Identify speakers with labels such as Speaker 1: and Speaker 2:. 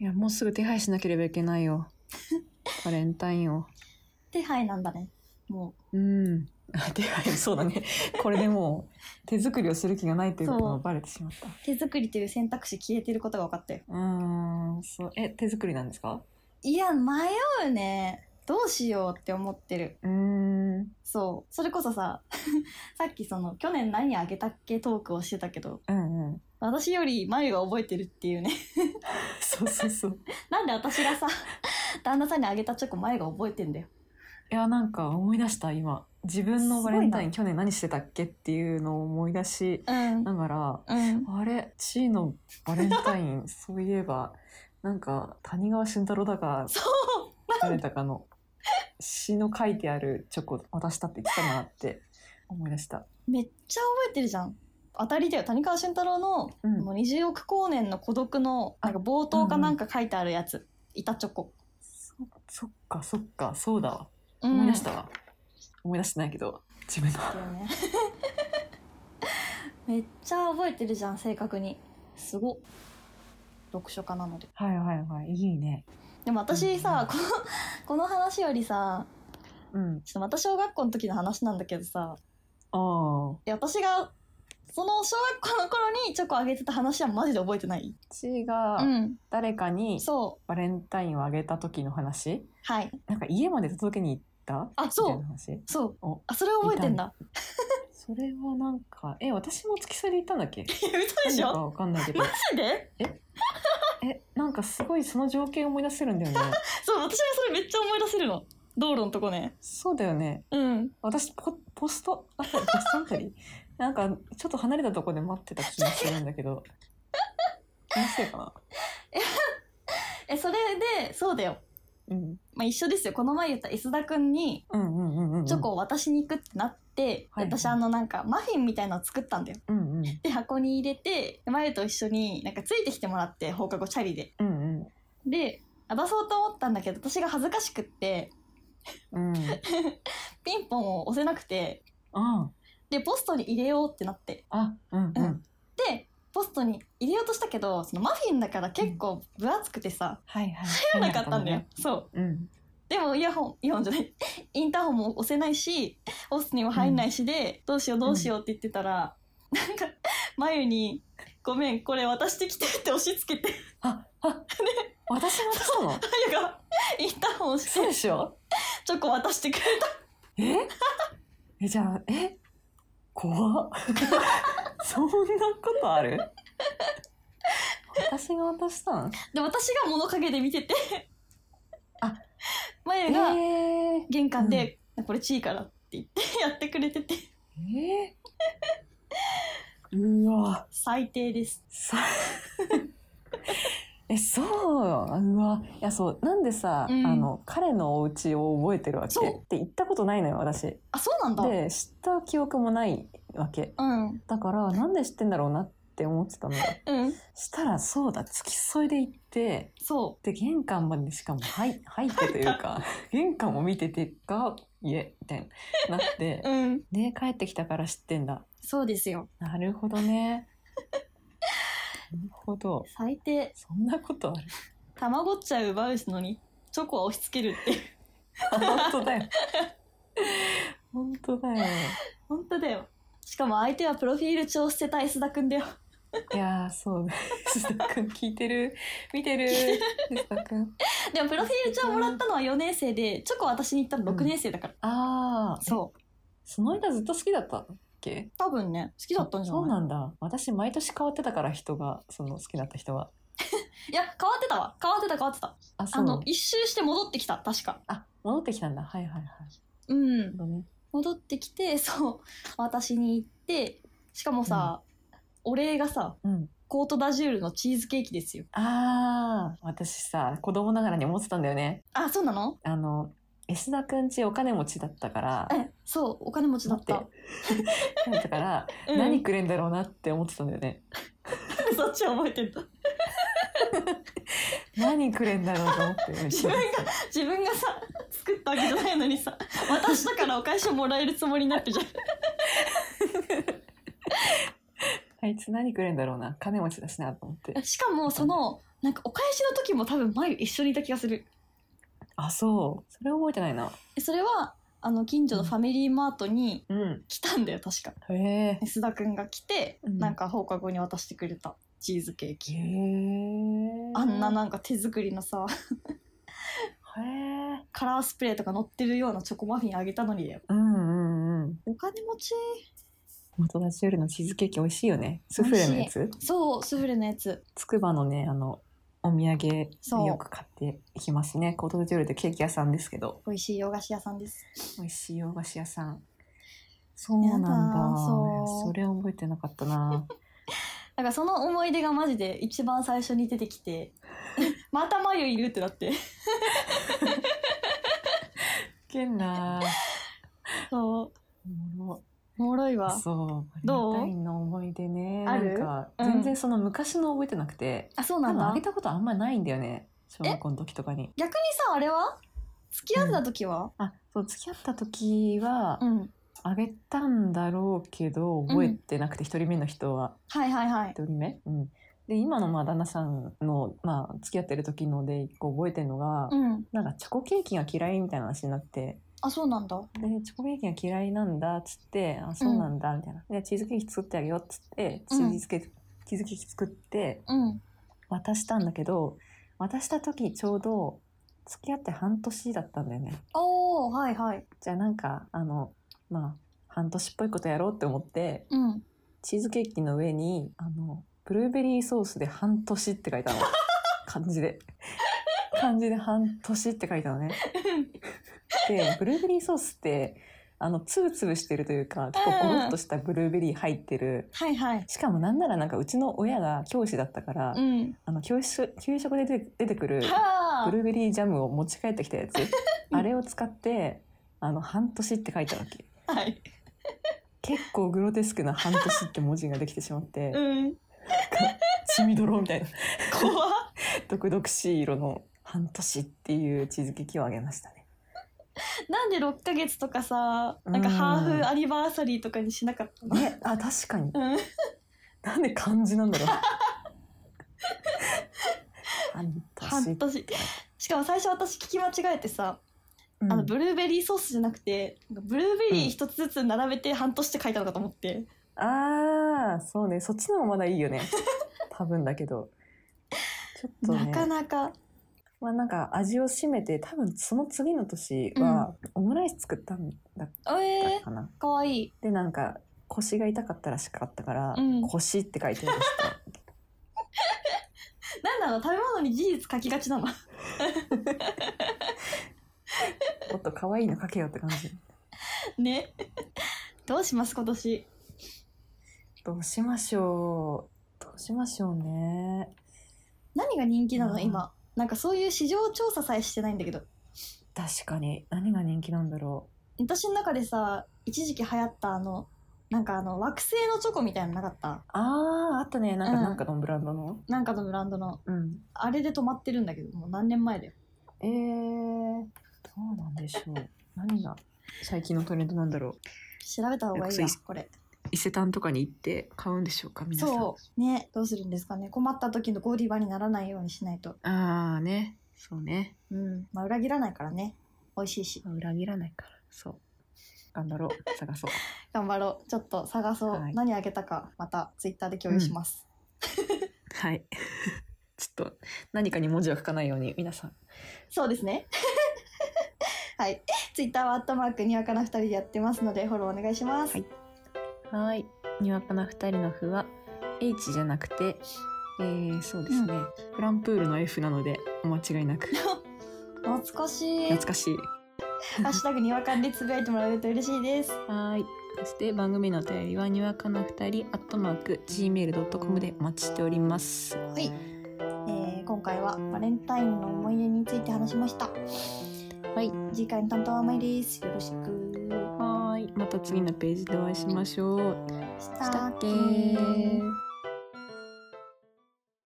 Speaker 1: いや、もうすぐ手配しなければいけないよ。 バレンタインを。
Speaker 2: 手配なんだね。も
Speaker 1: うん。あ 手配、そうだね。これでもう、手作りをする気がないということ
Speaker 2: そ
Speaker 1: が
Speaker 2: う
Speaker 1: バレてしまった。
Speaker 2: う、手作りという選択肢消えてることが分かったよ。
Speaker 1: うーん、そう。え、手作りなんですか
Speaker 2: いや、迷うね。どうしようって思ってる。
Speaker 1: うーん。
Speaker 2: そう。それこそさ、 さっきその、去年何あげたっけトークをしてたけど、
Speaker 1: うんうん。
Speaker 2: 私より眉が覚えてるっていうね。
Speaker 1: そうそうそう。
Speaker 2: なんで私がさ、 旦那さんにあげたチョコ眉が覚えてんだよ。
Speaker 1: いや、なんか思い出した、今。自分のバレンタイン、去年何してたっけっていうのを思い出し
Speaker 2: うん。
Speaker 1: ながら、
Speaker 2: うん。
Speaker 1: あれ、チーのバレンタイ ン、そういえば、なんか、谷川俊太郎だか、
Speaker 2: そう
Speaker 1: 誰だかの詩の書いてあるチョコ渡したって言ってたなって思い出した。
Speaker 2: めっちゃ覚えてるじゃん。当たりだよ。谷川俊太郎の、
Speaker 1: うん
Speaker 2: もう20億光年の孤独の、なんか冒頭かなんか書いてあるやつ。板チョコ。
Speaker 1: そそっかそっか、そうだわ。
Speaker 2: うん
Speaker 1: 思い出したわ。思い出してないけど、自分の。
Speaker 2: だよね。めっちゃ覚えてるじゃん、正確に。すごっ。読書家なので。
Speaker 1: はいはいはい、いいね。
Speaker 2: でも私
Speaker 1: う
Speaker 2: さ、
Speaker 1: ん
Speaker 2: この、 この話よりさ、
Speaker 1: うん。
Speaker 2: ちょっとまた小学校の時の話なんだけどさ、
Speaker 1: ああ。
Speaker 2: いや私が、その小学校の頃にチョコあげてた話はマジで覚えてない
Speaker 1: チーが
Speaker 2: ん。
Speaker 1: 誰かに
Speaker 2: そ
Speaker 1: バレンタインをあげた時の話
Speaker 2: う。はい。
Speaker 1: なんか家まで届けに行った
Speaker 2: あそ
Speaker 1: み
Speaker 2: う
Speaker 1: たいな話
Speaker 2: そう。
Speaker 1: お
Speaker 2: あ、それ覚えてんだ。
Speaker 1: それはなんか、え、私も月さで行ったんだっけ
Speaker 2: い や、嘘でし
Speaker 1: なん
Speaker 2: ょ
Speaker 1: かわかんないけど
Speaker 2: マ。ジで
Speaker 1: え、なんかすごいその情景を思い出せるんだよね。
Speaker 2: そう、私はそれめっちゃ思い出せるの。道路のとこね。
Speaker 1: そうだよね。
Speaker 2: うん。
Speaker 1: 私ポ、ポスト、あポストあた りなんか、ちょっと離れたとこで待ってた気がするんだけど。気のせいかな
Speaker 2: え、それで、そうだよ。
Speaker 1: うん。
Speaker 2: まあ、一緒ですよ。この前言った須田くんに
Speaker 1: うんうんうんうんうん。
Speaker 2: チョコを渡しに行くってなって、
Speaker 1: はい
Speaker 2: で私あのなんかマフィンみたいなの作ったんだよ。
Speaker 1: うんうん。
Speaker 2: で、箱に入れて、でマユと一緒になんかついてきてもらって、放課後チャリで。
Speaker 1: うん
Speaker 2: で、渡そうと思ったんだけど、私が恥ずかしくって、
Speaker 1: うん。うん。
Speaker 2: ピンポンを押せなくて、
Speaker 1: あ
Speaker 2: で、ポストに入れようってなって。
Speaker 1: あ、うんう
Speaker 2: うんん。で、ポストに入れようとしたけど、そのマフィンだから結構分厚くてさ、
Speaker 1: はいはい。
Speaker 2: 入らなかったんだよ。。そう。
Speaker 1: うん。
Speaker 2: でもイヤホン、イヤホンじゃない。 インターホンも押せないし、ポストにも入んないしで、どうしようどうしようって言ってたら、なんか、眉に、ごめん、これ渡してきてって押し付けて、
Speaker 1: あ、 あ、私も渡したの
Speaker 2: 眉がインターホン押し
Speaker 1: そう
Speaker 2: て、
Speaker 1: でしょ
Speaker 2: チョコ渡してくれた。
Speaker 1: え え、じゃあ、え怖っ。 そんなことある私が渡したの
Speaker 2: で、私が物陰で見てて、
Speaker 1: あ、
Speaker 2: 眉が、
Speaker 1: えー、
Speaker 2: 玄関で、これチーからって言って やってくれてて
Speaker 1: えー、うわ
Speaker 2: 最低です
Speaker 1: さ えそううわいやそうなんでさ、
Speaker 2: うん
Speaker 1: あの彼のお家を覚えてるわけ
Speaker 2: そう
Speaker 1: って言ったことないのよ私
Speaker 2: あそうなんだ
Speaker 1: で知った記憶もないわけ
Speaker 2: うん
Speaker 1: だからなんで知ってんだろうなって思ってたのよ
Speaker 2: うん
Speaker 1: したらそうだ付き添いで行って
Speaker 2: そ
Speaker 1: で玄関までしかもはい入ってというか玄関も見ててが家みたいになって
Speaker 2: ううん
Speaker 1: で帰ってきたから知ってんだ
Speaker 2: そうですよ
Speaker 1: なるほどね。なるほど。
Speaker 2: 最低
Speaker 1: そんなことある。
Speaker 2: たまごっちゃ奪うのにチョコは押し付けるっていう
Speaker 1: 本当だよ。本当だよ。
Speaker 2: 本当だよしかも相手はプロフィール帳を捨てた須田くんだよ
Speaker 1: いやー、そう。須田くん聞いてる。見てる。須田くん。
Speaker 2: でもプロフィール帳もらったのは4年生でチョコ渡しに行ったの6年生だから、
Speaker 1: あー、う。
Speaker 2: そう
Speaker 1: その間ずっと好きだったっけ
Speaker 2: 多分ね好きだったんじゃない
Speaker 1: そうなんだ。私、毎年変わってたから、人が、その好きだった人は。
Speaker 2: いや変わってたわ変わってた変わってた
Speaker 1: あ、そ
Speaker 2: あ
Speaker 1: う
Speaker 2: の一周して戻ってきた確か
Speaker 1: あ、戻ってきたんだ。はいはいはい。な
Speaker 2: うん
Speaker 1: るほどね。
Speaker 2: 戻ってきて そう私に行ってしかもさ、お礼がさ
Speaker 1: うん。
Speaker 2: コートダジュールのチーズケーキですよ
Speaker 1: あー、私さ、子供ながらに思ってたんだよね。
Speaker 2: あそうなの
Speaker 1: あの、安田くんちお金持ちだったから、
Speaker 2: えそうお金持ちだっ
Speaker 1: 待
Speaker 2: た
Speaker 1: っ、だから、
Speaker 2: うん、
Speaker 1: 何くれんだろうなって思ってたんだよね。
Speaker 2: そっちは覚えてんだ
Speaker 1: 何くれんだろうと思って。
Speaker 2: 自分が自分がさ作ったわけじゃないのにさ私だからお返しをもらえるつもりになってじゃん
Speaker 1: あいつ何くれんだろうな。金持ちだしなと思って。
Speaker 2: しかもそのなんかお返しの時も多分眉一緒にいた気がする
Speaker 1: あ、そう。それ覚えてないな。
Speaker 2: えそれはあの近所のファミリーマートに
Speaker 1: うん。
Speaker 2: 来たんだよ確か
Speaker 1: へえ。
Speaker 2: 須田くんが来て、
Speaker 1: うん
Speaker 2: なんか放課後に渡してくれたチーズケーキ、
Speaker 1: へえ。
Speaker 2: あんな。なんか手作りのさ
Speaker 1: へえ。
Speaker 2: カラースプレーとか乗ってるようなチョコマフィンあげたのにだよ
Speaker 1: うんうんうん。
Speaker 2: お金持ち
Speaker 1: 元田修理のチーズケーキ美味しいよね。スフレのやつ。
Speaker 2: そうスフレのやつ
Speaker 1: つくばのね、あの、お土産
Speaker 2: そう
Speaker 1: よく買っていきますね。元田修理ってケーキ屋さんですけど。
Speaker 2: 美味しい洋菓子屋さんです
Speaker 1: 美味しい洋菓子屋さん。そうなんだ。
Speaker 2: やだそう
Speaker 1: それ覚えてなかったな。
Speaker 2: だからその思い出がマジで一番最初に出てき てまた眉いるってなって
Speaker 1: けんな。
Speaker 2: そう
Speaker 1: おもろ
Speaker 2: おもろいわ
Speaker 1: そう。
Speaker 2: どう
Speaker 1: バレンタインの思い出ね。
Speaker 2: あ
Speaker 1: なん
Speaker 2: る
Speaker 1: か、
Speaker 2: うん
Speaker 1: 全然その昔の覚えてなくて、
Speaker 2: あそう
Speaker 1: 多
Speaker 2: なん
Speaker 1: 分
Speaker 2: だ
Speaker 1: あげたことあんまりないんだよね。小学校の時とかに。
Speaker 2: 逆にさあれは付き合ってた時は
Speaker 1: あ、そう、付き合った時は、
Speaker 2: ん、
Speaker 1: あげたんだろうけど、覚えてなくて、一人目の人は。
Speaker 2: はいはいはい
Speaker 1: 一人目うん。で、今のまあ旦那さんの、まあ、付き合ってる時ので一個覚えてるのが、
Speaker 2: うん
Speaker 1: なんかチョコケーキが嫌いみたいな話になって、
Speaker 2: あそうなんだ
Speaker 1: でチョコケーキが嫌いなんだっつって「あそうなんだ」みたいな、で「チーズケーキ作ってあげよう」っつってチーズケーキ、チーズケーキ作って
Speaker 2: うん
Speaker 1: 渡したんだけど渡した時ちょうど付き合って半年だったんだよね
Speaker 2: おおはいはい
Speaker 1: じゃあなんかあのまあ半年っぽいことやろうって思って
Speaker 2: うん
Speaker 1: チーズケーキの上にあのブルーベリーソースで「半年」って書いた の漢字で漢字で「半年」って書いたのねでブルーベリーソースってあのつぶつぶしてるというか結構ゴロッとしたブルーベリー入ってる、
Speaker 2: はいはい
Speaker 1: しかもなんならなんかうちの親が教師だったから、
Speaker 2: うん
Speaker 1: あの教室給食で出て出てくる
Speaker 2: は
Speaker 1: ブルーベリージャムを持ち帰ってきた やつあれを使ってあの半年って書いたわけ
Speaker 2: あはい
Speaker 1: 結構グロテスクな半年って文字ができてしまって
Speaker 2: うん
Speaker 1: 血みどろみたいな
Speaker 2: 怖っ
Speaker 1: 毒々しい色の半年っていうチーズケーキをあげましたね
Speaker 2: なんで6ヶ月とかさなんかハーフアニバーサリーとかにしなかったの
Speaker 1: ね あ確かに
Speaker 2: うん
Speaker 1: なんで漢字なんだろう。 半
Speaker 2: 半
Speaker 1: 年。
Speaker 2: 年しかも最初私聞き間違えてさ、
Speaker 1: うん
Speaker 2: あのブルーベリーソースじゃなくてなんかブルーベリー一つずつ並べて半年って書いたのかと思って、
Speaker 1: ああ、そうね、そっちの方がまだいいよ ね。多分だけど。ちょっとね、
Speaker 2: なかなか
Speaker 1: まあなんか味を占めて、多分その次の年はオムライス作ったんだっ
Speaker 2: え
Speaker 1: たかな。
Speaker 2: ー、かわいい
Speaker 1: で、なんか腰が痛かったらしかったから、
Speaker 2: うん
Speaker 1: 腰って書いてました。
Speaker 2: なんなの食べ物に事実書きがちなの
Speaker 1: もっと可愛いの書けよって感じ。
Speaker 2: ねどうします今年
Speaker 1: どうしましょう。どうしましょうね。
Speaker 2: 何が人気な
Speaker 1: う
Speaker 2: の
Speaker 1: ん
Speaker 2: 今なんかそういう市場調査さえしてないんだけど
Speaker 1: 確かに。何が人気なんだろう。
Speaker 2: 私の中でさ一時期流行ったあのなんかあの惑星のチョコみたいなのなかった
Speaker 1: ああ、あったね。なんか、
Speaker 2: うん
Speaker 1: なんかのブランドの。
Speaker 2: なんかのブランドの
Speaker 1: うん。
Speaker 2: あれで止まってるんだけどもう何年前だよ
Speaker 1: えー、どうなんでしょう。何が最近のトレンドなんだろう。
Speaker 2: 調べた方がいい
Speaker 1: 薬
Speaker 2: な
Speaker 1: 剤
Speaker 2: これ
Speaker 1: 伊勢丹とかに行って買うんでしょうか、皆さん。
Speaker 2: そうねどうするんですかね困った時のゴディバにならないようにしないと
Speaker 1: ああね。そうね。
Speaker 2: うんまあ裏切らないからね美味しいし
Speaker 1: 裏切らないから。そう。頑張ろう。探そう。
Speaker 2: 頑張ろうちょっと探そう、
Speaker 1: はい
Speaker 2: 何あげたかまたツイッターで共有します、
Speaker 1: はい。 ちょっと、何かに文字を書かないように、皆さん。
Speaker 2: そうですね はいツイッターはアットマークにわかな2人でやってますのでフォローお願いします、
Speaker 1: はいはい。にわかな二人の歩は、H じゃなくて、えー、そうですね、フランプールの F なので、お間違いな く。
Speaker 2: 懐かしい
Speaker 1: 懐かしい。
Speaker 2: ハッシュタグにわかんでつぶやいてもらえると嬉しいです
Speaker 1: はい。そして番組のお便りはにわかな二人アットマーク gmail.com でお待ちしております。
Speaker 2: はい、えー今回はバレンタインの思い出について話しましたはい次回の担当はまいですよろしく
Speaker 1: はい。また次のページでお会いしましょう。
Speaker 2: し
Speaker 1: した
Speaker 2: た
Speaker 1: っ
Speaker 2: っ
Speaker 1: け
Speaker 2: け
Speaker 1: ー